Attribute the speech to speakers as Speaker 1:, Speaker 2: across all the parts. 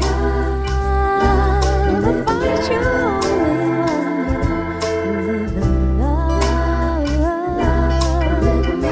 Speaker 1: Love, find your only one. Live in love, live in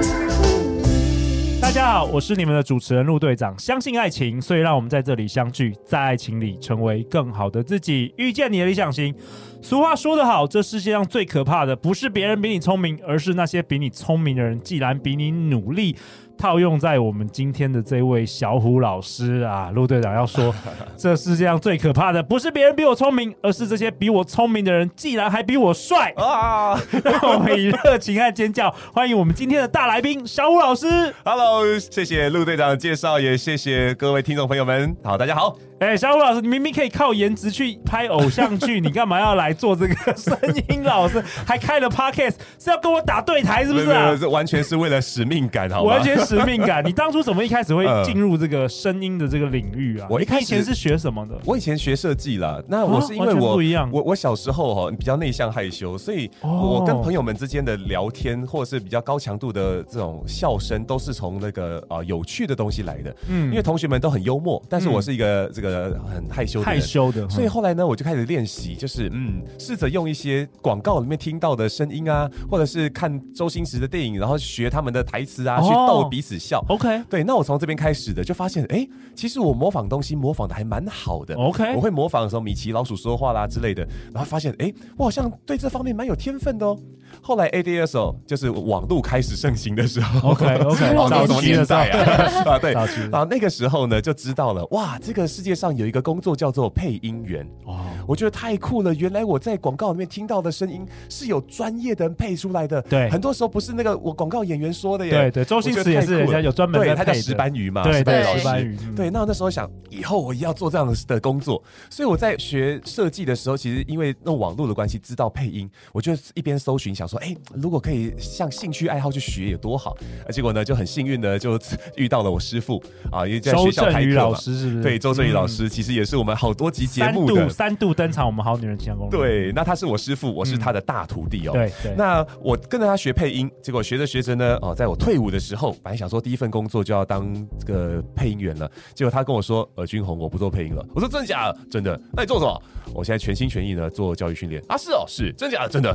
Speaker 1: love.
Speaker 2: 大家好，我是你们的主持人陆队长。相信爱情，所以让我们在这里相聚，在爱情里成为更好的自己，遇见你的理想型。俗话说得好，这世界上最可怕的不是别人比你聪明，而是那些比你聪明的人既然比你努力。套用在我们今天的这位小虎老师啊，陆队长要 说，这世界上最可怕的不是别人比我聪明，而是这些比我聪明的人既然还比我 帅。
Speaker 3: 啊
Speaker 2: 让我们以热情和尖叫欢迎我们今天的大来宾小虎老师。
Speaker 3: ，Hello，谢谢陆队长的介绍，也谢谢各位听众朋友们。好，大家好，
Speaker 2: 哎、小虎老师，你明明可以靠颜值去拍偶像剧，你干嘛要来做这个声音老师？还开了 podcast，是要跟我打对台是不是
Speaker 3: 没有没
Speaker 2: 啊
Speaker 3: 有？这完全是为了使命感，好吗？
Speaker 2: 完全使命感。你当初怎么一开始会
Speaker 3: 嗯
Speaker 2: 进入这个声音的这个领域啊？
Speaker 3: 我一开
Speaker 2: 你以前
Speaker 3: 始
Speaker 2: 是学什么的？
Speaker 3: 我以前学设计啦，那我是因为
Speaker 2: 完全
Speaker 3: 我、
Speaker 2: 不一样
Speaker 3: 我我小时候哈比较内向害羞，所以
Speaker 2: 哦
Speaker 3: 我跟朋友们之间的聊天，或是比较高强度的这种笑声，都是从那个啊、呃有趣的东西来的。
Speaker 2: 嗯
Speaker 3: 因为同学们都很幽默，但是
Speaker 2: 嗯
Speaker 3: 我是一个、这个很害羞的
Speaker 2: 害
Speaker 3: 人
Speaker 2: 羞的，
Speaker 3: 所以
Speaker 2: 嗯
Speaker 3: 后来呢，我就开始练习，就是嗯，试着用一些广告里面听到的声音啊，或者是看周星驰的电影，然后学他们的台词啊，
Speaker 2: 哦
Speaker 3: 去逗彼此笑。
Speaker 2: OK
Speaker 3: 对，那我从这边开始的，就发现，哎，其实我模仿东西模仿的还蛮好的。
Speaker 2: OK
Speaker 3: 我会模仿什么米奇老鼠说话啦之类的，然后发现，哎，我好像对这方面蛮有天分的哦。后来 ADS 哦，就是网络开始盛行的时候
Speaker 2: OK OK，
Speaker 3: 网络什么年代 啊？啊，对，
Speaker 2: 早期的
Speaker 3: 啊，那个时候呢，就知道了，哇，这个世界上有一个工作叫做配音员，
Speaker 2: 哦
Speaker 3: 我觉得太酷了。原来我在广告里面听到的声音是有专业的人配出来的，
Speaker 2: 对
Speaker 3: 很多时候不是那个我广告演员说的耶。
Speaker 2: 对对周星驰也是
Speaker 3: 我觉得太酷
Speaker 2: 人
Speaker 3: 了
Speaker 2: 家有专门在
Speaker 3: 对，他叫
Speaker 2: 配的
Speaker 3: 石斑鱼嘛，
Speaker 2: 对对
Speaker 3: 老
Speaker 2: 石
Speaker 3: 师
Speaker 2: 斑鱼嗯
Speaker 3: 对，那我那时候想，以后我也要做这样的工作，所以我在学设计的时候，其实因为弄网络的关系，知道配音，我就一边搜寻，想说，哎，如果可以向兴趣爱好去学有多好。啊结果呢，就很幸运的就遇到了我师傅啊，因为在
Speaker 2: 周
Speaker 3: 学校
Speaker 2: 正
Speaker 3: 开
Speaker 2: 宇
Speaker 3: 课
Speaker 2: 老
Speaker 3: 嘛
Speaker 2: 师是不是？
Speaker 3: 对，周正宇老
Speaker 2: 嗯
Speaker 3: 师其实也是我们好多集节
Speaker 2: 三
Speaker 3: 目
Speaker 2: 度
Speaker 3: 的
Speaker 2: 三度登场，我们好女人情感攻略。
Speaker 3: 对，那他是我师傅，我是他的大徒弟
Speaker 2: 嗯
Speaker 3: 哦。
Speaker 2: 对对
Speaker 3: 那我跟着他学配音，结果学着学着呢，哦，在我退伍的时候，本来想说第一份工作就要当这个配音员了，结果他跟我说，呃，君宏，我不做配音了。我说真的假的？真的。那你做什么？我现在全心全意呢做教育训练啊。是哦，是真假的？真的。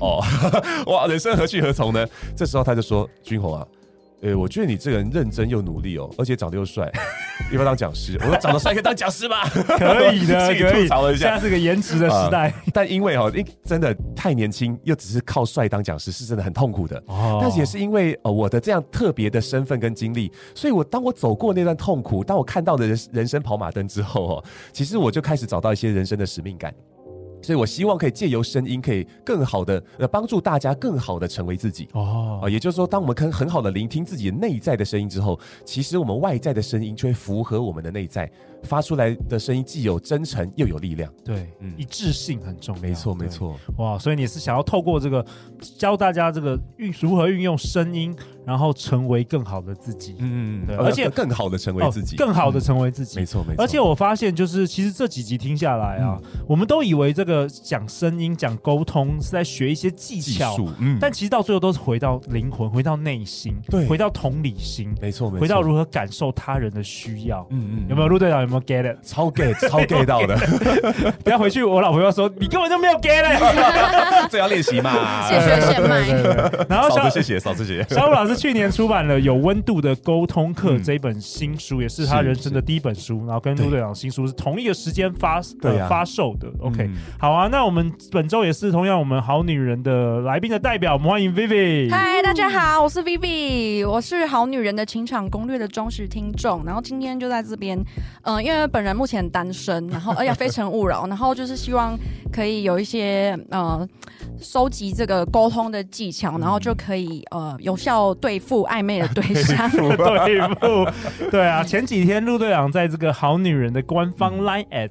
Speaker 3: 哦，哦 哇，人生何去何从呢？这时候他就说，君宏啊。呃，我觉得你这个人认真又努力哦，而且长得又帅， 要不要当讲师？我说长得帅可以当讲师吧，
Speaker 2: 可以的，
Speaker 3: 自己
Speaker 2: 可以。
Speaker 3: 吐槽了一
Speaker 2: 现
Speaker 3: 下
Speaker 2: 在。是个颜值的时代。
Speaker 3: 呃但因为哦，因真的太年轻，又只是靠帅当讲师，是真的很痛苦的。
Speaker 2: 哦
Speaker 3: 但是也是因为呃我的这样特别的身份跟经历，所以我当我走过那段痛苦，当我看到的人人生跑马灯之后哦，其实我就开始找到一些人生的使命感。所以我希望可以借由声音，可以更好的呃帮助大家更好的成为自己。
Speaker 2: 哦
Speaker 3: 啊、，也就是说，当我们很很好的聆听自己的内在的声音之后，其实我们外在的声音就会符合我们的内在，发出来的声音既有真诚又有力量。
Speaker 2: 对，
Speaker 3: 嗯
Speaker 2: 一致性很重要。
Speaker 3: 没错，
Speaker 2: 对
Speaker 3: 没。错。
Speaker 2: 哇，所以你是想要透过这个教大家这个运如何运用声音，然后成为更好的自己，
Speaker 3: 嗯
Speaker 2: 对
Speaker 3: 呃
Speaker 2: 而且
Speaker 3: 更好的成为
Speaker 2: 哦
Speaker 3: 自己，嗯
Speaker 2: 更好的成为自己。
Speaker 3: 没错没错。嗯
Speaker 2: 而且我发现，就是其实这几集听下来啊，我们都以为这个讲声音、讲沟通是在学一些技
Speaker 3: 技
Speaker 2: 巧，
Speaker 3: 术，嗯
Speaker 2: 但其实到最后都是回到灵魂，回到内心，
Speaker 3: 对
Speaker 2: 回到同理心，
Speaker 3: 没错没错，
Speaker 2: 回到如何感受他人的需要。
Speaker 3: 嗯
Speaker 2: 有没有陆队长？有没有 get it？
Speaker 3: 超 gay 超 gay 到的，
Speaker 2: 等一下回去，我老婆要说你根本就没有 get it。
Speaker 3: 这要练习嘛。
Speaker 1: 谢谢现卖。
Speaker 2: 然后
Speaker 3: 嫂
Speaker 2: 小
Speaker 3: 子谢谢嫂子谢谢。嗯
Speaker 2: 小虎老师去年出版了《有温度的沟通课》这一本新书，也是他人生的第一本书，然后跟陆队长新书是同一个时间发
Speaker 3: 对
Speaker 2: 呃
Speaker 3: 啊
Speaker 2: 发售的。OK，
Speaker 3: 嗯
Speaker 2: 好啊，那我们本周也是同样我们好女人的来宾的代表，我们欢迎 Vivi。
Speaker 4: 嗨，大家
Speaker 2: 嗯
Speaker 4: 好，我是 Vivi，我是《好女人的情场攻略》的忠实听众，然后今天就在这边，嗯、因为本人目前单身，然后哎呀，非诚 勿扰，然后就是希望可以有一些呃，收集这个沟通的技巧，然后就可以呃有效对付暧昧的对象。
Speaker 2: 对
Speaker 3: 嗯
Speaker 2: 付，对啊，前几天陆队长在这个好女人的官方 Line at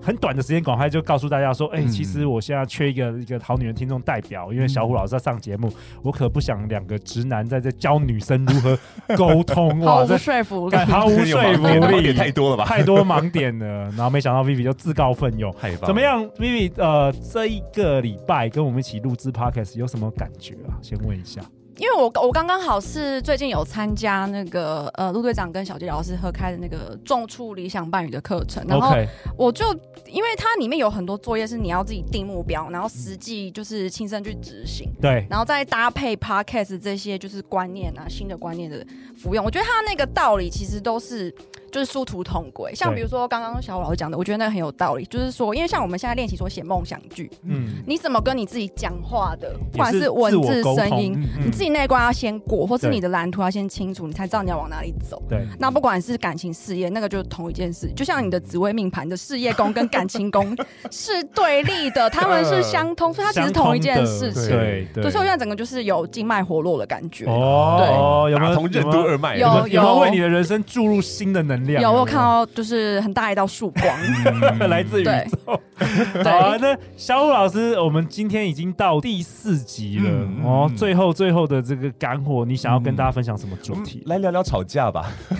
Speaker 2: 很短的时间，赶快就告诉大家说，哎、
Speaker 3: 嗯
Speaker 2: 其实我现在缺一个一个好女人听众代表，因为小虎老师要上节
Speaker 3: 嗯
Speaker 2: 目，我可不想两个直男在这教女生如何沟通
Speaker 4: 毫
Speaker 2: 哇，
Speaker 4: 无
Speaker 2: 这
Speaker 4: 说服力。
Speaker 2: 感毫无说服
Speaker 3: 有
Speaker 2: 力，
Speaker 3: 点太多了吧？
Speaker 2: 太多盲点了。然后没想到 Vivi 就自告奋 勇。
Speaker 3: 太棒了
Speaker 2: 怎么？样，Vivi？呃，这一个礼拜跟我们一起录制 Podcast 有什么感觉啊？先问一下。
Speaker 4: 因为我我刚刚好是最近有参加那个呃陆队长跟小杰老师合开的那个重触理想伴侣的课程，然后
Speaker 2: OK，
Speaker 4: 我就因为它里面有很多作业是你要自己定目标，然后实际就是亲身去执行。
Speaker 2: 对，
Speaker 4: 然后再搭配 podcast 这些就是观念啊，新的观念的服用，我觉得他那个道理其实都是就是殊途同归。像
Speaker 2: 对
Speaker 4: 比如说刚刚小虎老师讲的，我觉得那个很有道理，就是说，因为像我们现在练习说写梦想剧，
Speaker 2: 嗯，
Speaker 4: 你怎么跟你自己讲话的，
Speaker 2: 也
Speaker 4: 不管
Speaker 2: 是
Speaker 4: 是文字
Speaker 2: 自我沟通
Speaker 4: 声音，
Speaker 2: 嗯嗯
Speaker 4: 你自己那一关要先过，或是
Speaker 2: 对
Speaker 4: 你的蓝图要先清楚，你才知道你要往哪里走。
Speaker 2: 对，
Speaker 4: 那不管是感情事业，那个就是同一件事，就像你的紫微命盘的事业宫跟感情宫是对立的，他们是相通，所以它其实是同一件事
Speaker 2: 呃相
Speaker 4: 情。
Speaker 2: 通的对对
Speaker 4: 对，所以我现在整个就是有静脉活络的感觉。
Speaker 2: 哦，有没有
Speaker 3: 打通啊任督二脉，
Speaker 4: 有
Speaker 2: 有没有有没有为你的人生注入新的能量？
Speaker 4: 有，我有看到就是很大一道曙光。
Speaker 2: 来自宇
Speaker 4: 对
Speaker 2: 宙。
Speaker 4: 对，
Speaker 2: 好嗯啊，那小虎老师，我们今天已经到第四集了、
Speaker 3: 嗯嗯
Speaker 2: 哦，
Speaker 3: 嗯
Speaker 2: 最后最后的这个干货，你想要跟大家分享什么主
Speaker 3: 主
Speaker 2: 题
Speaker 3: 题？来聊聊吵架吧。嗯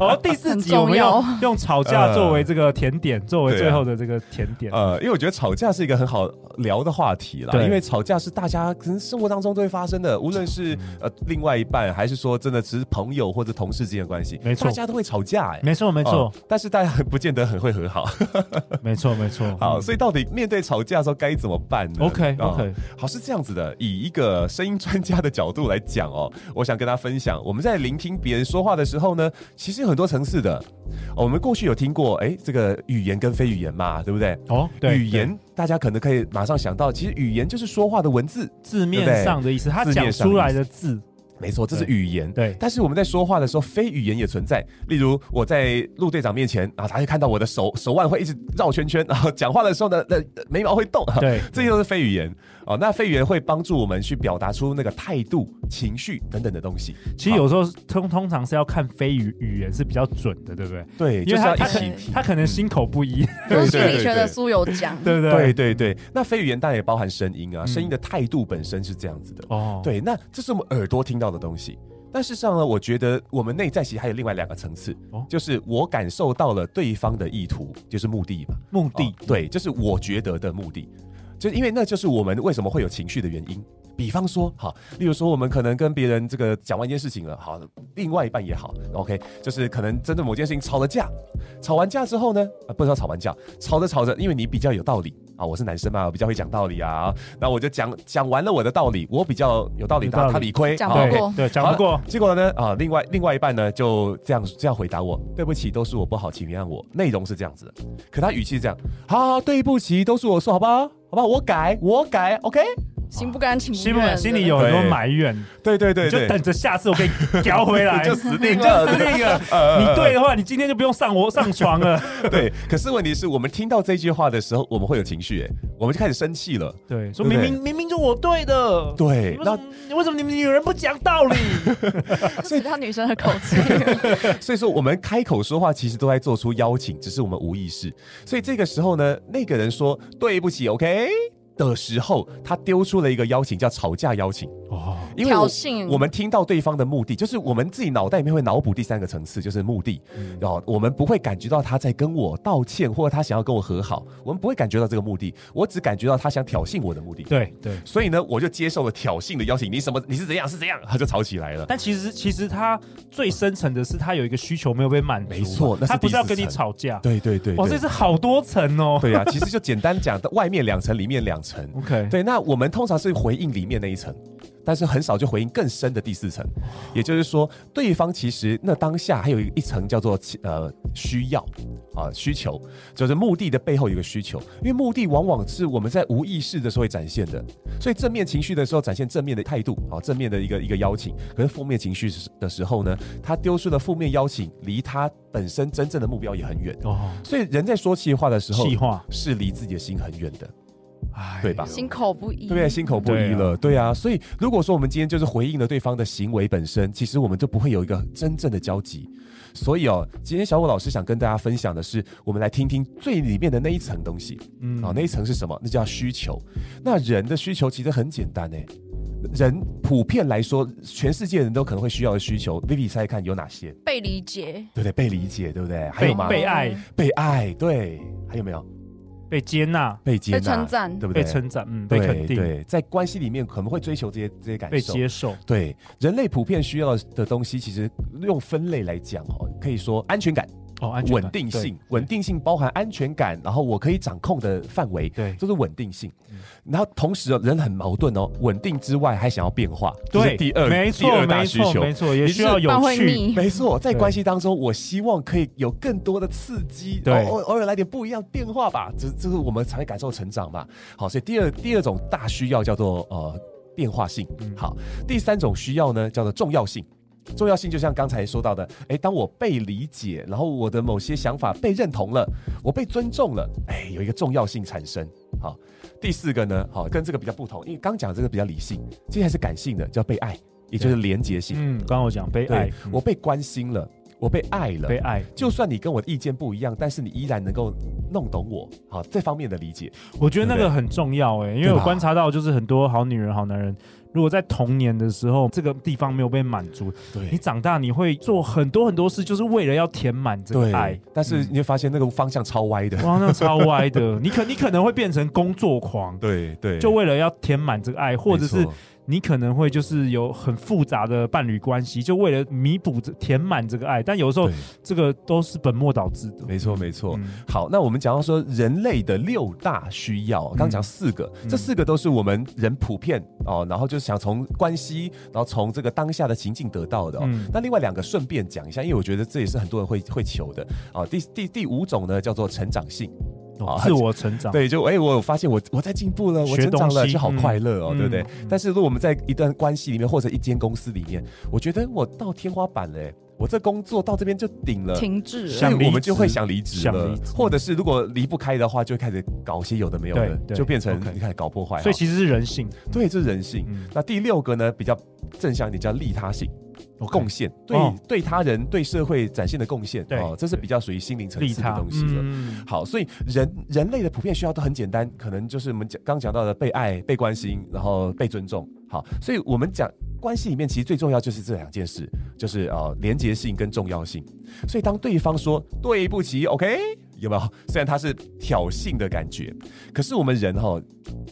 Speaker 2: 哦，第四集
Speaker 4: 很重
Speaker 2: 我们要
Speaker 4: 要
Speaker 2: 用吵架作为这个甜点，作为
Speaker 3: 对啊
Speaker 2: 最后的这个甜点。
Speaker 3: 呃，因为我觉得吵架是一个很好聊的话题啦，
Speaker 2: 对
Speaker 3: 因为吵架是大家可能生活当中都会发生的，无论是
Speaker 2: 嗯
Speaker 3: 呃另外一半，还是说真的只是朋友或者同事之间的关系，
Speaker 2: 没错
Speaker 3: 大家都会吵架、哎，
Speaker 2: 没错，没错
Speaker 3: 哦，但是大家不见得很会和好。
Speaker 2: 没错，没错。
Speaker 3: 好，所以到底面对吵架的时候该怎么办呢
Speaker 2: OK，OK
Speaker 3: 哦好是这样子的，以一个声音专家的角度来讲哦，我想跟大家分享，我们在聆听别人说话的时候呢，其实有很多层次的。哦我们过去有听过，哎，这个语言跟非语言嘛，对不对？
Speaker 2: 哦，对，
Speaker 3: 语言大家可能可以马上想到，其实语言就是说话的文字，
Speaker 2: 对字面上的意思，他
Speaker 3: 字
Speaker 2: 讲
Speaker 3: 面上的
Speaker 2: 出来
Speaker 3: 意
Speaker 2: 的字，
Speaker 3: 没错，这是
Speaker 2: 对
Speaker 3: 语言。
Speaker 2: 对
Speaker 3: 但是我们在说话的时候，非语言也存在。例如，我在陆队长面前啊，他就看到我的手手腕会一直绕圈圈，然后讲话的时候呢， 那那眉毛会动。 啊
Speaker 2: 对
Speaker 3: 这些都是非语言哦。那非语言会帮助我们去表达出那个态度、情绪等等的东西。啊
Speaker 2: 其实有时候通通常是要看非语语言是比较准的，对不对？
Speaker 3: 对，
Speaker 2: 因
Speaker 3: 就
Speaker 2: 为
Speaker 3: 是
Speaker 2: 他
Speaker 3: 要一
Speaker 2: 他
Speaker 3: 起
Speaker 2: 可
Speaker 4: 听
Speaker 2: 他可能心口不一，
Speaker 4: 就是心
Speaker 3: 对
Speaker 4: 理学
Speaker 3: 对
Speaker 4: 的书有讲。
Speaker 2: 对不
Speaker 3: 对
Speaker 2: 对？嗯
Speaker 3: 对对。那非语言当然也包含声音啊，声音的态度本身是这样子的。
Speaker 2: 哦，
Speaker 3: 对，那这是我们耳朵听到的东西。但事实上呢，我觉得我们内在其实还有另外两个层次，
Speaker 2: 哦
Speaker 3: 就是我感受到了对方的意图，就是目的嘛。
Speaker 2: 目
Speaker 3: 哦
Speaker 2: 的。
Speaker 3: 对，这是我觉得的目的，就因为那就是我们为什么会有情绪的原因。比方说，好，例如说，我们可能跟别人这个讲完一件事情了，好，另外一半也好，OK，就是可能针对某件事情吵了架，吵完架之后呢，啊、不知道吵完架，吵着吵着，因为你比较有道理啊，我是男生嘛，我比较会讲道理啊，那我就讲讲完了我的道理，我比较有道理，
Speaker 2: 有道
Speaker 3: 他
Speaker 2: 理
Speaker 3: 他理亏，
Speaker 4: 讲
Speaker 3: 好
Speaker 4: 不
Speaker 3: ，OK
Speaker 4: 过
Speaker 2: 对，讲不过
Speaker 3: 好了，结果呢？啊，另外另外一半呢，就这样这样回答我：对不起，都是我不好，请原谅我。内容是这样子的，可他语气是这样：好好，对不起，都是我错，好不好？好不好？我改，我改，OK？
Speaker 4: 心不甘情不
Speaker 2: 心
Speaker 4: 愿
Speaker 2: 里
Speaker 4: 的，
Speaker 2: 心里有很多埋怨，
Speaker 3: 对对对
Speaker 2: 你就
Speaker 3: 对，
Speaker 2: 等着下次我给你叼回来，
Speaker 3: 你就死定了
Speaker 2: 你就死定了。
Speaker 3: 呃
Speaker 2: 你对的话，你今天就不用上我上床 了。
Speaker 3: 对。可是问题是我们听到这句话的时候，我们会有情绪，哎，我们就开始生气了。
Speaker 2: 对，说
Speaker 3: 对
Speaker 2: 明
Speaker 3: 不对
Speaker 2: 明明明就我对的，
Speaker 3: 对
Speaker 2: 你为什么你为什么你们女人不讲道 理？
Speaker 4: 所以他女生的口 气。
Speaker 3: 所以说，我们开口说话其实都在做出邀请，只是我们无意识。所以这个时候呢，那个人说对不起，OK？的时候，他丢出了一个邀请，叫吵架邀请。
Speaker 2: 哦，
Speaker 3: 因为我
Speaker 4: 挑衅
Speaker 3: 我们听到对方的目的，就是我们自己脑袋里面会脑补第三个层次，就是目的。然后我们不会感觉到他在跟我道歉，或者他想要跟我和好，我们不会感觉到这个目的，我只感觉到他想挑衅我的目的。
Speaker 2: 对对。
Speaker 3: 所以呢，我就接受了挑衅的邀请，你什么你是怎样是怎样，他就吵起来了。
Speaker 2: 但其实其实他最深层的是他有一个需求没有被满足嘛，
Speaker 3: 没错那是
Speaker 2: 他不是要
Speaker 3: 第四
Speaker 2: 跟你
Speaker 3: 层
Speaker 2: 吵架。
Speaker 3: 对对对
Speaker 2: 哇，这
Speaker 3: 对，
Speaker 2: 是好多层哦。
Speaker 3: 对啊，其实就简单讲，外面两层，里面两层。
Speaker 2: OK，
Speaker 3: 对，那我们通常是回应里面那一层，但是很少就回应更深的第四层，也就是说，对方其实那当下还有一一层叫做其呃需要啊、需求，就是目的的背后有一个需求，因为目的往往是我们在无意识的时候会展现的，所以正面情绪的时候展现正面的态度啊，正面的一个一个邀请，可是负面情绪的时候呢，他丢失了负面邀请，离他本身真正的目标也很远，
Speaker 2: 哦，
Speaker 3: 所以人在说气话的时候，
Speaker 2: 气话
Speaker 3: 是离自己的心很远的。对吧？
Speaker 4: 心口不一，
Speaker 3: 对，心口不一了，对啊，所以如果说我们今天就是回应了对方的行为本身，其实我们就不会有一个真正的交集。所以哦，今天小五老师想跟大家分享的是，我们来听听最里面的那一层东西。嗯，好、那一层是什么？那叫需求。那人的需求其实很简单诶，人普遍来说，全世界人都可能会需要的需求。Vivi 猜猜看有哪些？
Speaker 4: 被理解，
Speaker 3: 对不对？被理解，对不对？还
Speaker 2: 哎被
Speaker 3: 有吗？
Speaker 2: 被爱、
Speaker 3: 被爱，对，还有没有？
Speaker 2: 被接纳、
Speaker 3: 被接纳，
Speaker 4: 被称赞
Speaker 3: 对不对？
Speaker 2: 被称赞、嗯，被
Speaker 3: 对
Speaker 2: 肯定、
Speaker 3: 对，在关系里面可能会追求这些这些感
Speaker 2: 被
Speaker 3: 受。
Speaker 2: 接受。
Speaker 3: 对人类普遍需要的东西，其实用分类来讲哦，可以说安全感、
Speaker 2: 哦，安全感
Speaker 3: 稳定性，
Speaker 2: 对
Speaker 3: 稳定性包含安全感，然后我可以掌控的范围，
Speaker 2: 对嗯
Speaker 3: 这是稳定性。然后同时哦人很矛盾哦，稳定之外还想要变化，这
Speaker 2: 对
Speaker 3: 是第二
Speaker 2: 没
Speaker 3: 第
Speaker 2: 错
Speaker 3: 二大
Speaker 2: 没
Speaker 3: 需
Speaker 2: 错
Speaker 3: 求。
Speaker 2: 没错，也
Speaker 3: 于
Speaker 2: 需
Speaker 3: 是
Speaker 2: 要有
Speaker 4: 但会
Speaker 2: 趣。
Speaker 4: 腻，
Speaker 3: 没错，在
Speaker 2: 对
Speaker 3: 关系当中，我希望可以有更多的刺激，
Speaker 2: 对
Speaker 3: 偶偶偶尔来点不一样的变化吧，这这是我们才会感受成长嘛。好，所以第二第二种大需要叫做呃变化性，
Speaker 2: 嗯
Speaker 3: 好，第三种需要呢叫做重要性。重要性就像刚才说到的，诶，当我被理解，然后我的某些想法被认同了，我被尊重了，诶，有一个重要性产生。好，第四个呢，好，跟这个比较不同，因为刚讲这个比较理性，接下来是感性的，叫被爱，也就是连结性。
Speaker 2: 嗯，刚刚我讲被爱嗯
Speaker 3: 对，，我被关心了，我被爱了，
Speaker 2: 被爱。
Speaker 3: 就算你跟我的意见不一样，但是你依然能够弄懂我，好这方面的理解，
Speaker 2: 我觉得那
Speaker 3: 对
Speaker 2: 个
Speaker 3: 不
Speaker 2: 很重要哎、因为
Speaker 3: 对
Speaker 2: 我
Speaker 3: 吧
Speaker 2: 观察到，就是很多好女人、好男人，如果在童年的时候这个地方没有被满足，你
Speaker 3: 对
Speaker 2: 长大你会做很多很多事，就是为了要填满这个爱嗯
Speaker 3: 对。，但是你会发现那个方向超歪的，
Speaker 2: 哇，那超歪的， 你可你可能会变成工作狂。
Speaker 3: 对对
Speaker 2: 就为了要填满这个爱，或者
Speaker 3: 没
Speaker 2: 是
Speaker 3: 错
Speaker 2: 你可能会就是有很复杂的伴侣关系，就为了弥补这填满这个爱，但有时候
Speaker 3: 对
Speaker 2: 这个都是本末倒置的。
Speaker 3: 没错没错。
Speaker 2: 嗯
Speaker 3: 好，那我们讲到说人类的六大需要，
Speaker 2: 嗯
Speaker 3: 刚讲四个，这四个都是我们人普遍哦，然后就是想从关系，然后从这个当下的情境得到的、哦。
Speaker 2: 嗯
Speaker 3: 那另外两个顺便讲一下，因为我觉得这也是很多人会会求的哦。第第第五种呢叫做成长性，
Speaker 2: 哦
Speaker 3: 啊
Speaker 2: 自我成长，
Speaker 3: 对，就哎、我有发现我我在进步了，我
Speaker 2: 学
Speaker 3: 成长
Speaker 2: 东
Speaker 3: 了，
Speaker 2: 西
Speaker 3: 就好快乐哦，
Speaker 2: 嗯
Speaker 3: 对不对？
Speaker 2: 嗯嗯
Speaker 3: 但是如果我们在一段关系里面或者一间公司里面，我觉得我到天花板了、哎我这工作到这边就顶了。
Speaker 4: 停滞了
Speaker 2: 呃像
Speaker 3: 所以
Speaker 2: 想
Speaker 3: 我
Speaker 2: 离
Speaker 3: 们
Speaker 2: 职
Speaker 3: 就会想离职
Speaker 2: 想
Speaker 3: 了
Speaker 2: 离职，
Speaker 3: 或者是如果离不开的话，就会开始搞些有的没有
Speaker 2: 对
Speaker 3: 的，
Speaker 2: 对
Speaker 3: 就变成
Speaker 2: OK
Speaker 3: 你看搞破坏哈。
Speaker 2: 所以其实是人性。
Speaker 3: 对，这是人性。
Speaker 2: 嗯
Speaker 3: 那第六个呢，比较正向一点，叫利他性、贡献，对、
Speaker 2: 哦
Speaker 3: 对他人、对社会展现的贡献，哦
Speaker 2: 对
Speaker 3: 这是比较属于心灵层
Speaker 2: 利
Speaker 3: 次的
Speaker 2: 他
Speaker 3: 东西了。
Speaker 2: 嗯
Speaker 3: 好，所以人人类的普遍需要都很简单，可能就是我们讲刚讲到的被爱、被关心，然后被尊重。好，所以我们讲关系里面其实最重要就是这两件事，就是呃连结性跟重要性。所以当对方说对不起，OK，有没有？虽然他是挑衅的感觉，可是我们人哈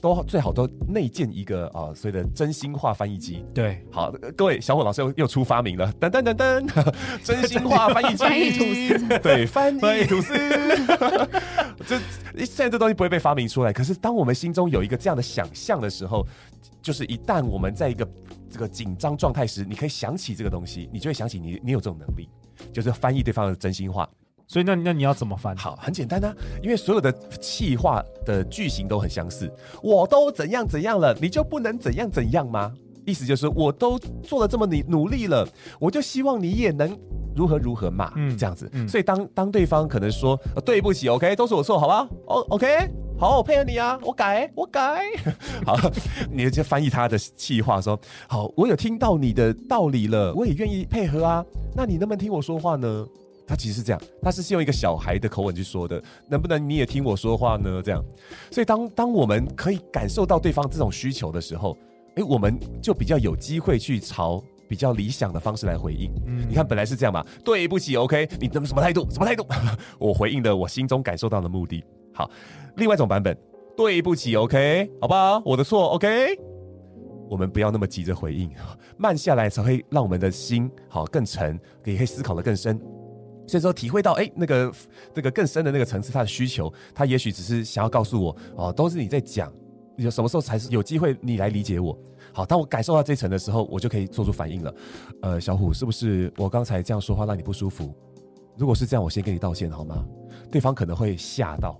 Speaker 3: 都最好都内建一个啊、呃所谓的真心话翻译机。
Speaker 2: 对，
Speaker 3: 好，呃各位小伙老师又又出发明了，噔噔噔 噔，真心话翻译机，
Speaker 4: 翻译吐司，
Speaker 3: 对，翻译吐司。 这虽然这东西不会被发明出来，可是当我们心中有一个这样的想象的时候，就是一旦我们在一个这个紧张状态时，你可以想起这个东西，你就会想起你你有这种能力，就是翻译对方的真心话。
Speaker 2: 所以那那你要怎么翻？
Speaker 3: 好，很简单啊，因为所有的气话的句型都很相似。我都怎样怎样了，你就不能怎样怎样吗？意思就是我都做了这么你努力了，我就希望你也能如何如何嘛，
Speaker 2: 嗯
Speaker 3: 这样子。
Speaker 2: 嗯
Speaker 3: 所以当当对方可能说、呃对不起，OK，都是我错，好吧？哦，OK，好，我配合你啊，我改，我改。 好，你就翻译他的气话说，好，我有听到你的道理了，我也愿意配合啊。那你能不能听我说话呢？他其实是这样，他是用一个小孩的口吻去说的，能不能你也听我说话呢？这样，所以当当我们可以感受到对方这种需求的时候，诶，我们就比较有机会去朝比较理想的方式来回应。
Speaker 2: 嗯
Speaker 3: 你看，本来是这样嘛，对不起，OK，你那么什么态度？什么态度？ 我回应了我心中感受到的目的。好，另外一种版本，对不起，OK，好不好？我的错，OK。我们不要那么急着回应，慢下来才会让我们的心好更沉，也可以思考的更深。所以说，体会到哎、诶那个那个更深的那个层次，他的需求，他也许只是想要告诉我哦，都是你在讲，有什么时候才是有机会你来理解我。好，当我感受到这一层的时候，我就可以做出反应了。呃，小虎，是不是我刚才这样说话让你不舒服？如果是这样，我先跟你道歉好吗？对方可能会吓到。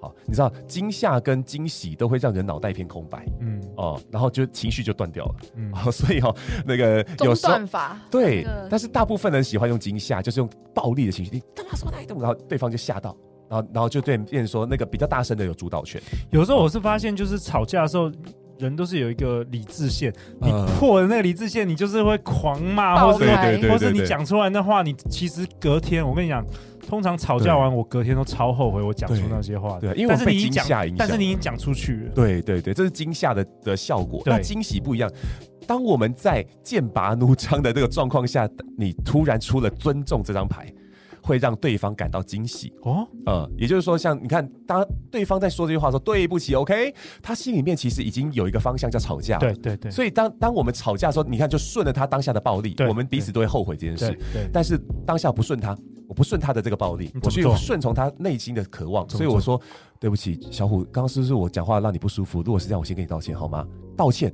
Speaker 3: 好，你知道惊吓跟惊喜都会让人脑袋一片空白
Speaker 2: 嗯
Speaker 3: 哦，然后就情绪就断掉了。
Speaker 2: 嗯，
Speaker 3: 哦，所以哦，那个有
Speaker 4: 中
Speaker 3: 时候
Speaker 4: 断法，
Speaker 3: 对
Speaker 4: 那个，
Speaker 3: 但是大部分人喜欢用惊吓，就是用暴力的情绪，你干嘛说态度？然后对方就吓到，然后然后就变变成说那个比较大声的有主导权，
Speaker 2: 有时候我是发现，就是吵架的时候，人都是有一个理智线，你
Speaker 3: 嗯
Speaker 2: 破了那个理智线，你就是会狂骂，
Speaker 4: 爆
Speaker 2: 或者
Speaker 4: 对对对
Speaker 2: 哎或者你讲出来的话，你其实隔天，我跟你讲，通常吵架完，我隔天都超后悔我讲出那些话的。
Speaker 3: 对，因为
Speaker 2: 但
Speaker 3: 我
Speaker 2: 是
Speaker 3: 被
Speaker 2: 你已
Speaker 3: 惊
Speaker 2: 讲
Speaker 3: 吓影响，，
Speaker 2: 但是你已经讲出去了。
Speaker 3: 对对对，这是惊吓的的效果。
Speaker 2: 对
Speaker 3: 那惊喜不一样。当我们在剑拔弩张的这个状况下，你突然出了尊重这张牌，会让对方感到惊喜。
Speaker 2: 哦，
Speaker 3: 呃，也就是说，像你看，当对方在说这句话的时候，对不起，OK，他心里面其实已经有一个方向叫吵架。
Speaker 2: 对。对对，
Speaker 3: 所以当当我们吵架的时候，你看就顺了他当下的暴力
Speaker 2: 对，
Speaker 3: 我们彼此都会后悔这件
Speaker 2: 对
Speaker 3: 事。
Speaker 2: 对，
Speaker 3: 但是当下不顺他，我不顺他的这个暴力
Speaker 2: 你，怎
Speaker 3: 我
Speaker 2: 么
Speaker 3: 去
Speaker 2: 做
Speaker 3: 顺从他内心的渴望。
Speaker 2: 怎么
Speaker 3: 所以我说，对不起，小虎，刚刚是不是我讲话让你不舒服？如果是这样，我先跟你道 歉好吗？道歉。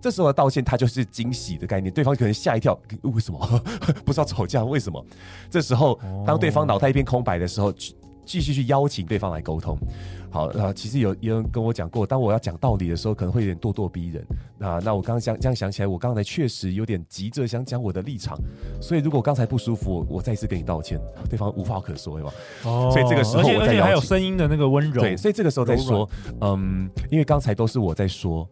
Speaker 3: 这时候的道歉，它就是惊喜的概念，对方可能吓一跳， 为什么不知道吵架？为什么？这时候
Speaker 2: 哦
Speaker 3: 当对方脑袋一片空白的时候，去继续去邀请对方来沟通。好，啊，其实有有人跟我讲过，当我要讲道理的时候，可能会有点咄咄逼人。那那我刚刚想这样想起来，我刚才确实有点急着想讲我的立场，所以如果刚才不舒服，我我再一次跟你道歉，对方无话可说，对吧？
Speaker 2: 哦
Speaker 3: 所以这个时候
Speaker 2: 而且
Speaker 3: 我
Speaker 2: 而
Speaker 3: 在
Speaker 2: 且
Speaker 3: 邀
Speaker 2: 还有
Speaker 3: 请
Speaker 2: 声音的那个温柔，
Speaker 3: 对，所以这个时候再
Speaker 2: 柔
Speaker 3: 说，嗯，因为刚才都是我在说，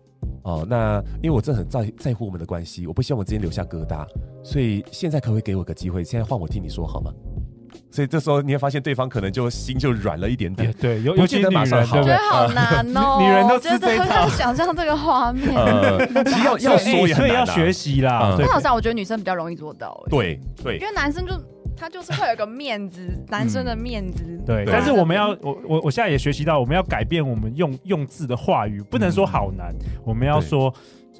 Speaker 3: 哦，那因为我真的很在在乎我们的关系，我不希望我们之间留下疙瘩，所以现在可不可以给我个机会？现在换我替你说好吗？所以这时候你会发现对方可能就心就软了一点
Speaker 2: 哎
Speaker 3: 点，
Speaker 2: 对，尤
Speaker 3: 不
Speaker 2: 尤其
Speaker 3: 见
Speaker 2: 是
Speaker 3: 得
Speaker 2: 女
Speaker 3: 马
Speaker 2: 人，
Speaker 3: 上
Speaker 2: 对不
Speaker 3: 好呃
Speaker 4: 觉
Speaker 2: 对，
Speaker 4: 得？好难哦
Speaker 2: 女人都
Speaker 4: 我
Speaker 2: 吃
Speaker 4: 真的
Speaker 2: 这一
Speaker 4: 很
Speaker 2: 套啊
Speaker 4: 想想象这个画面。
Speaker 3: 呃，其实要要
Speaker 2: 所以
Speaker 3: 说也
Speaker 2: 所
Speaker 3: 很
Speaker 2: 以要
Speaker 3: 难、啊，
Speaker 2: 学习啦。
Speaker 3: 嗯
Speaker 2: 对
Speaker 4: 但好像我觉得女生比较容易做到、欸，
Speaker 3: 对对
Speaker 2: 嗯
Speaker 4: 因为男生就他就是会有个面子，男生的面子。
Speaker 2: 对，
Speaker 3: 对
Speaker 2: 但是我们要，我我我现在也学习到，我们要改变我们用用字的话语，不能说好难，我们要
Speaker 3: 对
Speaker 2: 说、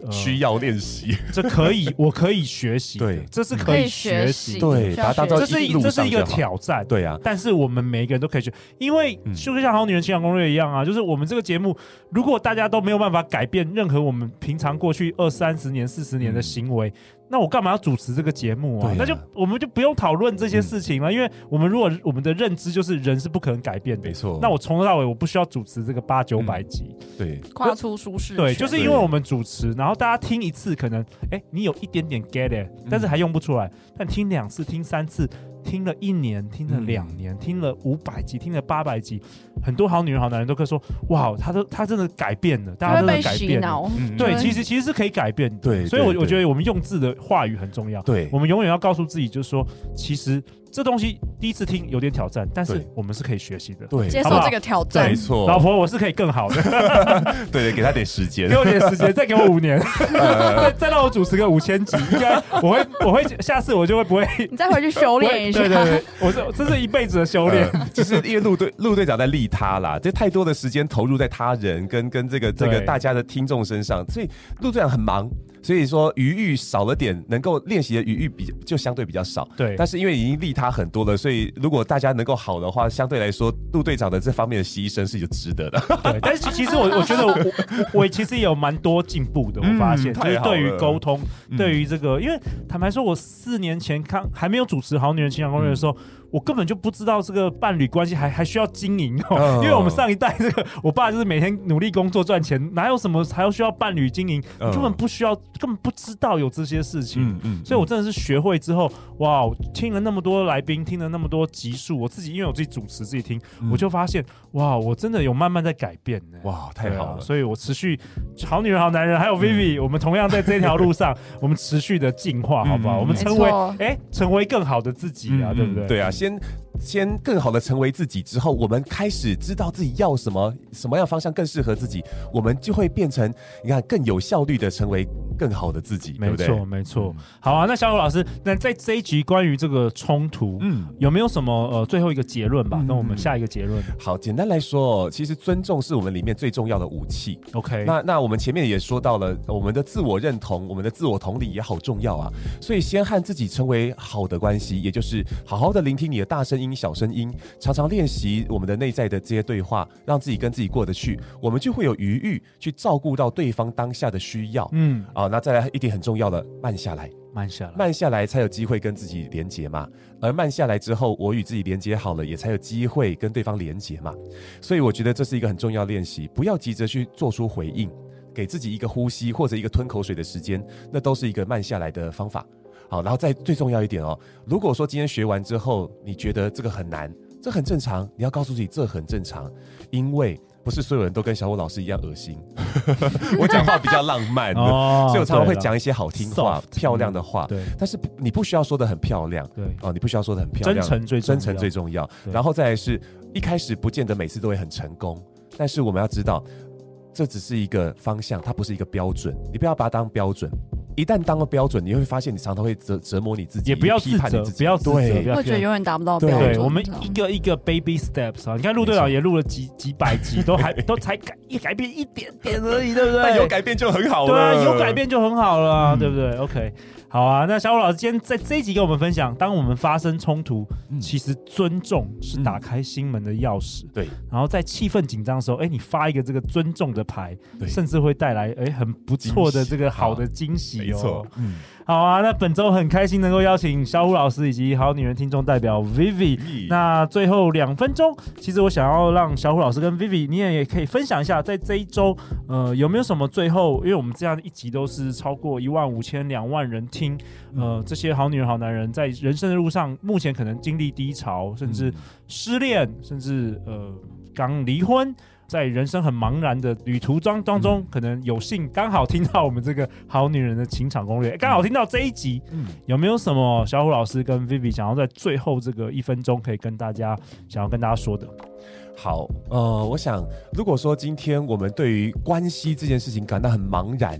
Speaker 2: 呃
Speaker 3: 需要练习，
Speaker 2: 这可以，我可以学习的，
Speaker 3: 对
Speaker 2: 这是
Speaker 4: 可
Speaker 2: 可
Speaker 4: 以
Speaker 2: 以
Speaker 4: 学
Speaker 2: 学
Speaker 4: 习，
Speaker 2: 习
Speaker 3: 的
Speaker 2: 的，
Speaker 3: 对
Speaker 4: 需
Speaker 3: 把它
Speaker 4: 要
Speaker 3: 当
Speaker 2: 这
Speaker 3: 作
Speaker 4: 学习
Speaker 2: 是
Speaker 3: 一
Speaker 2: 一
Speaker 3: 路
Speaker 2: 这
Speaker 3: 上
Speaker 2: 是一
Speaker 3: 就
Speaker 2: 个
Speaker 3: 好
Speaker 2: 挑战，
Speaker 3: 对啊，
Speaker 2: 但是我们每一个人都可以学，因为
Speaker 3: 嗯
Speaker 2: 就像《好女人情感攻略》一样啊，就是我们这个节目，如果大家都没有办法改变任何我们平常过去二三十年、四十年的行为，那我干嘛要主持这个节目啊？
Speaker 3: 嗯对啊嗯
Speaker 2: 那就我们就不用讨论这些事情了，因为我们如果我们的认知就是人是不可能改变的
Speaker 3: 没。错。
Speaker 2: 那我从头到尾我不需要主持这个八九百集，
Speaker 3: 对
Speaker 4: 跨出舒适圈，
Speaker 2: 对，就是因为我们主持，然后大家听一次，可能哎、你有一点点 get it，但是还
Speaker 3: 嗯
Speaker 2: 用不出来。但听两次、听三次、听了一年、听
Speaker 3: 嗯
Speaker 2: 了两年、听了五百集、听了八百集，很多好女人、好男人都可以说，哇，他都他真的改变了，大家
Speaker 4: 他会
Speaker 2: 真
Speaker 4: 被
Speaker 2: 的改
Speaker 4: 洗
Speaker 2: 变了。
Speaker 4: 脑。
Speaker 3: 嗯
Speaker 2: 对，
Speaker 4: 对
Speaker 2: 其实其实是可以改变的。
Speaker 3: 对
Speaker 2: 所以
Speaker 3: 对
Speaker 2: 我我觉
Speaker 3: 对
Speaker 2: 得我们用字的话语很重要。
Speaker 3: 对
Speaker 2: 我们永远要告诉自己，就是说，其实这东西第一次听有点挑战，但是
Speaker 3: 对
Speaker 2: 我们是可以学习的。
Speaker 3: 对
Speaker 4: 接受
Speaker 2: 好不好
Speaker 4: 这个挑
Speaker 2: 对
Speaker 4: 战
Speaker 3: 没，错，
Speaker 2: 老婆，我是可以更好的。
Speaker 3: 对对，给他点时间
Speaker 2: 给。我点时间，再给我五年，再再让我主持个五千集，应该我会我会下次我就会不会
Speaker 4: 你再回去 修
Speaker 2: 不会
Speaker 4: 炼一下。
Speaker 2: 对对对，我是这是一辈子的修炼。
Speaker 3: 呃就是因为陆队陆队长在利他啦，这太多的时间投入在他人跟跟这个这个
Speaker 2: 对
Speaker 3: 大家的听众身上，所以陆队长很忙，所以说余裕少了点，能够练习的余裕比就相对比较少。
Speaker 2: 对
Speaker 3: 但是因为已经利他很多了，所以如果大家能够好的话，相对来说陆队长的这方面的牺牲是有值得的。
Speaker 2: 对，但是其实我我觉得我我其实也有蛮多进步的，我发现
Speaker 3: 嗯
Speaker 2: 就是
Speaker 3: 太好
Speaker 2: 对于
Speaker 3: 了
Speaker 2: 沟通，
Speaker 3: 嗯
Speaker 2: 对于这个，因为坦白说，我四年前看还没有主持《好女人情感攻略》的时
Speaker 3: 嗯
Speaker 2: 候，我根本就不知道这个伴侣关系还还需要经营哦
Speaker 3: 哦，
Speaker 2: 因为我们上一代这个，我爸就是每天努力工作赚钱，哪有什么还要需要伴侣经营，
Speaker 3: 嗯
Speaker 2: 根本不需要，根本不知道有这些事情。
Speaker 3: 嗯
Speaker 2: 所以，我真的是学会之后，哇！我听了那么多来宾，听了那么多集数，我自己因为我自己主持自己听，
Speaker 3: 嗯
Speaker 2: 我就发现，哇！我真的有慢慢在改变呢。
Speaker 3: 哇，太
Speaker 2: 对
Speaker 3: 好
Speaker 2: 啊
Speaker 3: 了。嗯
Speaker 2: 所以我持续好女人、好男人，还有 Vivi，、我们同样在这条路 上，我们持续的进化，好不好？
Speaker 3: 嗯
Speaker 2: 我们
Speaker 4: 没
Speaker 2: 成为
Speaker 4: 错
Speaker 2: 哎、成为更好的自己啊，对不对？
Speaker 3: 对啊，先先更好的成为自己之后，我们开始知道自己要什么，什么样方向更适合自己，我们就会变成你看更有效率的成为更好的自己，对
Speaker 2: 没
Speaker 3: 不对？
Speaker 2: 错，没错。好啊，那小虎老师，那在这一集关于这个冲突，
Speaker 3: 嗯，
Speaker 2: 有没有什么呃最后一个结论吧？
Speaker 3: 嗯
Speaker 2: 那我们下一个结论
Speaker 3: 好，简单来说，其实尊重是我们里面最重要的武器。
Speaker 2: ，OK？
Speaker 3: 那那我们前面也说到了，我们的自我认同、我们的自我同理也好重要啊。所以先和自己成为好的关系，也就是好好的聆听你的大声音、小声音，常常练习我们的内在的这些对话，让自己跟自己过得去，我们就会有余裕去照顾到对方当下的需要。
Speaker 2: 嗯，
Speaker 3: 啊、那再来一点很重要的，慢下来。
Speaker 2: 慢下来，
Speaker 3: 慢下来才有机会跟自己连接嘛，而慢下来之后，我与自己连接好了，也才有机会跟对方连接嘛。所以我觉得这是一个很重要的练习，不要急着去做出回应，给自己一个呼吸或者一个吞口水的时间，那都是一个慢下来的方法。好，然后再最重要一点哦，如果说今天学完之后，你觉得这个很难，这很正常。你要告诉自己这很正常，因为不是所有人都跟小虎老师一样恶心。 我讲话比较浪 漫，
Speaker 2: 哦
Speaker 3: 所以我常常会
Speaker 2: 对啦
Speaker 3: 讲一些好听话、
Speaker 2: Soft，嗯
Speaker 3: 漂亮的话。
Speaker 2: 对
Speaker 3: 但是不你不需要说的很漂亮
Speaker 2: 对
Speaker 3: 哦，你不需要说的很漂亮，
Speaker 2: 真诚最重
Speaker 3: 真
Speaker 2: 要
Speaker 3: 诚最重要。
Speaker 2: 对
Speaker 3: 然后再来是一开始不见得每次都会很成功，但是我们要知道，这只是一个方向，它不是一个标准，你不要把它当标准。一旦当了标准，你会发现你常常会折折磨你自己，
Speaker 2: 也不要
Speaker 3: 批
Speaker 2: 自
Speaker 3: 判你
Speaker 2: 责，
Speaker 3: 自己，
Speaker 2: 不要自责，
Speaker 3: 对
Speaker 2: 不要
Speaker 4: 会觉得
Speaker 2: 自责
Speaker 4: 永远达不到
Speaker 3: 对
Speaker 4: 标准。
Speaker 2: 对，我们
Speaker 4: 这样
Speaker 2: 一个一个 baby steps 啊，你看陆队
Speaker 3: 没
Speaker 2: 长
Speaker 3: 错
Speaker 2: 也录了几几百集，都 还都才改一改变一点点而已，对不
Speaker 3: 但
Speaker 2: 对？
Speaker 3: 有改变就很好了。
Speaker 2: 对啊，有改变就很好了、啊，
Speaker 3: 嗯
Speaker 2: 对不对？OK，好啊。那小五老师今天在这一集跟我们分享，当我们发生冲突，
Speaker 3: 嗯
Speaker 2: 其实尊重是打开心门的钥匙。
Speaker 3: 对，
Speaker 2: 然后在气氛紧张的时候，哎，你发一个这个尊重的牌，
Speaker 3: 对
Speaker 2: 甚至会带来哎很不错的这个好的惊喜哦。
Speaker 3: 没错，嗯，
Speaker 2: 好啊，那本周很开心能够邀请小虎老师以及好女人听众代表 Vivi。那最后两分钟，其实我想要让小虎老师跟 Vivi，你也也可以分享一下，在这一周，呃，有没有什么最后，因为我们这样一集都是超过一万五千、两万人听，呃，这些好女人、好男人在人生的路上，目前可能经历低潮，甚至失恋，甚至呃刚离婚，在人生很茫然的旅途当当
Speaker 3: 嗯
Speaker 2: 中，可能有幸刚好听到我们这个好女人的情场攻略，刚好听到这一集，
Speaker 3: 嗯
Speaker 2: 有没有什么小虎老师跟 Vivi 想要在最后这个一分钟可以跟大家想要跟大家说的？
Speaker 3: 好，呃，我想，如果说今天我们对于关系这件事情感到很茫然，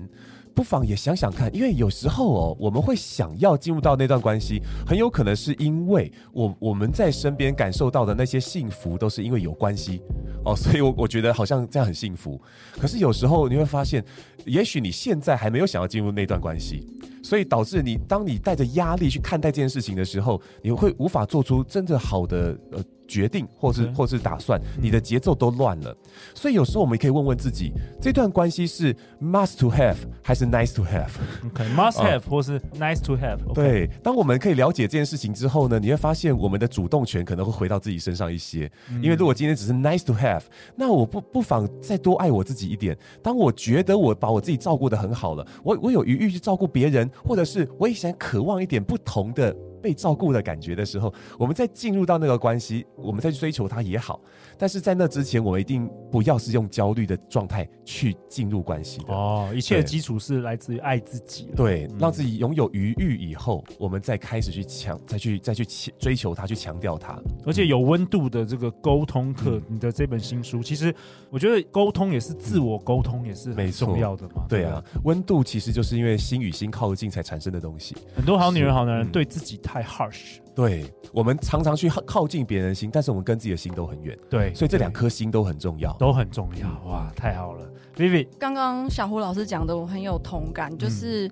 Speaker 3: 不妨也想想看，因为有时候哦，我们会想要进入到那段关系，很有可能是因为我我们在身边感受到的那些幸福，都是因为有关系哦， 所以我我觉得好像这样很幸福。可是有时候你会发现，也许你现在还没有想要进入那段关系，所以导致你当你带着压力去看待这件事情的时候，你会无法做出真的好的呃决定，或是
Speaker 2: 嗯
Speaker 3: 或是打算，你的节奏都乱了。所以有时候我们可以问问自己，这段关系是 must to have 还是 nice to have？
Speaker 2: 可能 must
Speaker 3: 啊
Speaker 2: have、或是 nice to have，、o k
Speaker 3: 对，当我们可以了解这件事情之后呢，你会发现我们的主动权可能会回到自己身上一些。因为如果今天只是 nice to have，那我不不妨再多爱我自己一点。当我觉得我把我自己照顾得很好了，我我有余裕去照顾别人，或者是我也想渴望一点不同的。被照顾的感觉的时候，我们再进入到那个关系，我们再去追求它也好，但是在那之前，我们一定不要是用焦虑的状态去进入关系的。
Speaker 2: 哦，一切的
Speaker 3: 对
Speaker 2: 基础是来自于爱自己了。
Speaker 3: 对，
Speaker 2: 嗯
Speaker 3: 让自己拥有余欲以后，我们再开始去强，再去再去强追求它，去强调它。
Speaker 2: 而且有温度的这个沟通课，
Speaker 3: 嗯
Speaker 2: 你的这本新书，其实我觉得沟通也是自我沟通，也是
Speaker 3: 没
Speaker 2: 很
Speaker 3: 错
Speaker 2: 重要的嘛。
Speaker 3: 对
Speaker 2: 不
Speaker 3: 啊，，温度其实就是因为心与心靠近才产生的东西。
Speaker 2: 很多好女人、好男人
Speaker 3: 嗯
Speaker 2: 对自己太 harsh，
Speaker 3: 对，我们常常去靠靠近别人的心，但是我们跟自己的心都很远，
Speaker 2: 对，
Speaker 3: 所以这两
Speaker 2: 对
Speaker 3: 颗心都很重要。
Speaker 2: 都很重要。哇，太好了，Vivi，
Speaker 4: 刚刚小胡老师讲的，我很有同感，
Speaker 2: 嗯
Speaker 4: 就是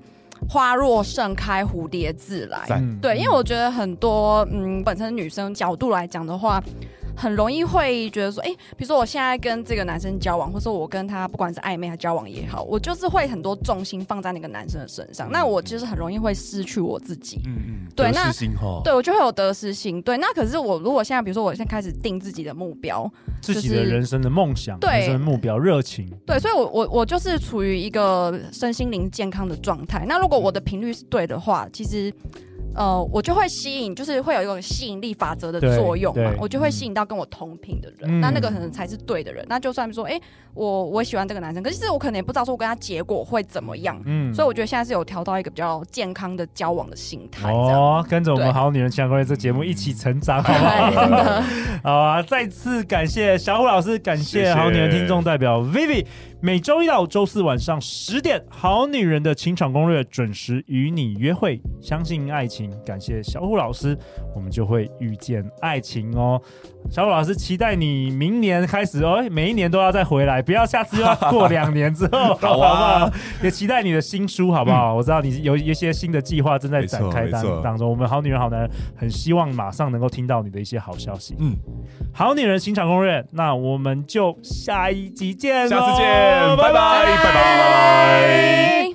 Speaker 4: 花若盛开，蝴蝶自来。
Speaker 3: 赞
Speaker 2: 嗯
Speaker 4: 对，因为我觉得很多嗯，本身女生角度来讲的话，很容易会觉得说，哎、比如说我现在跟这个男生交往，或者说我跟他不管是暧昧还是交往也好，我就是会很多重心放在那个男生的身上，那我就是很容易会失去我自己。
Speaker 3: 嗯嗯，
Speaker 4: 对
Speaker 3: 得
Speaker 4: 那
Speaker 3: 失心哈，
Speaker 4: 对，我就会有得失心。对，那可是我如果现在，比如说我现在开始定自己的目标，
Speaker 2: 自己
Speaker 4: 就
Speaker 2: 的
Speaker 4: 是
Speaker 2: 人生的梦想、
Speaker 4: 对
Speaker 2: 人生的目标、热情，
Speaker 4: 对，所以我，我我就是处于一个身心灵健康的状态。那如果
Speaker 2: 嗯
Speaker 4: 我的频率是对的话，其实，呃，我就会吸引，就是会有一种吸引力法则的
Speaker 2: 对
Speaker 4: 作用嘛
Speaker 2: 对，
Speaker 4: 我就会吸引到跟我同频的人。
Speaker 2: 嗯
Speaker 4: 那那个可能才是对的人。那就算说，哎、我我喜欢这个男生，可是其实我可能也不知道说我跟他结果会怎么样。
Speaker 2: 嗯，
Speaker 4: 所以我觉得现在是有调到一个比较健康的交往的心态，这样。
Speaker 2: 哦，跟着我们
Speaker 4: 对哎
Speaker 2: 好女人相关的这节目一起成长，好不好？
Speaker 4: 对，真的，
Speaker 2: 好啊！再次感谢小虎老师，感谢好女人听众代表 Vivi。每周一到周四晚上十点，《好女人的情场攻略》准时与你约会。相信爱情，感谢小虎老师，我们就会遇见爱情哦。小虎老师，期待你明年开始哦，每一年都要再回来，不要下次又要过两年之 后，好
Speaker 3: 啊
Speaker 2: 不好？也期待你的新书，好不好？我知道你有一些新的计划正在展开
Speaker 3: 嗯没错没错
Speaker 2: 当当中，我们好女人好男人很希望马上能够听到你的一些好消息。
Speaker 3: 嗯，
Speaker 2: 好女人情场攻略，那我们就下一集见咯，
Speaker 3: 下次见，拜拜，拜拜。
Speaker 4: 拜拜。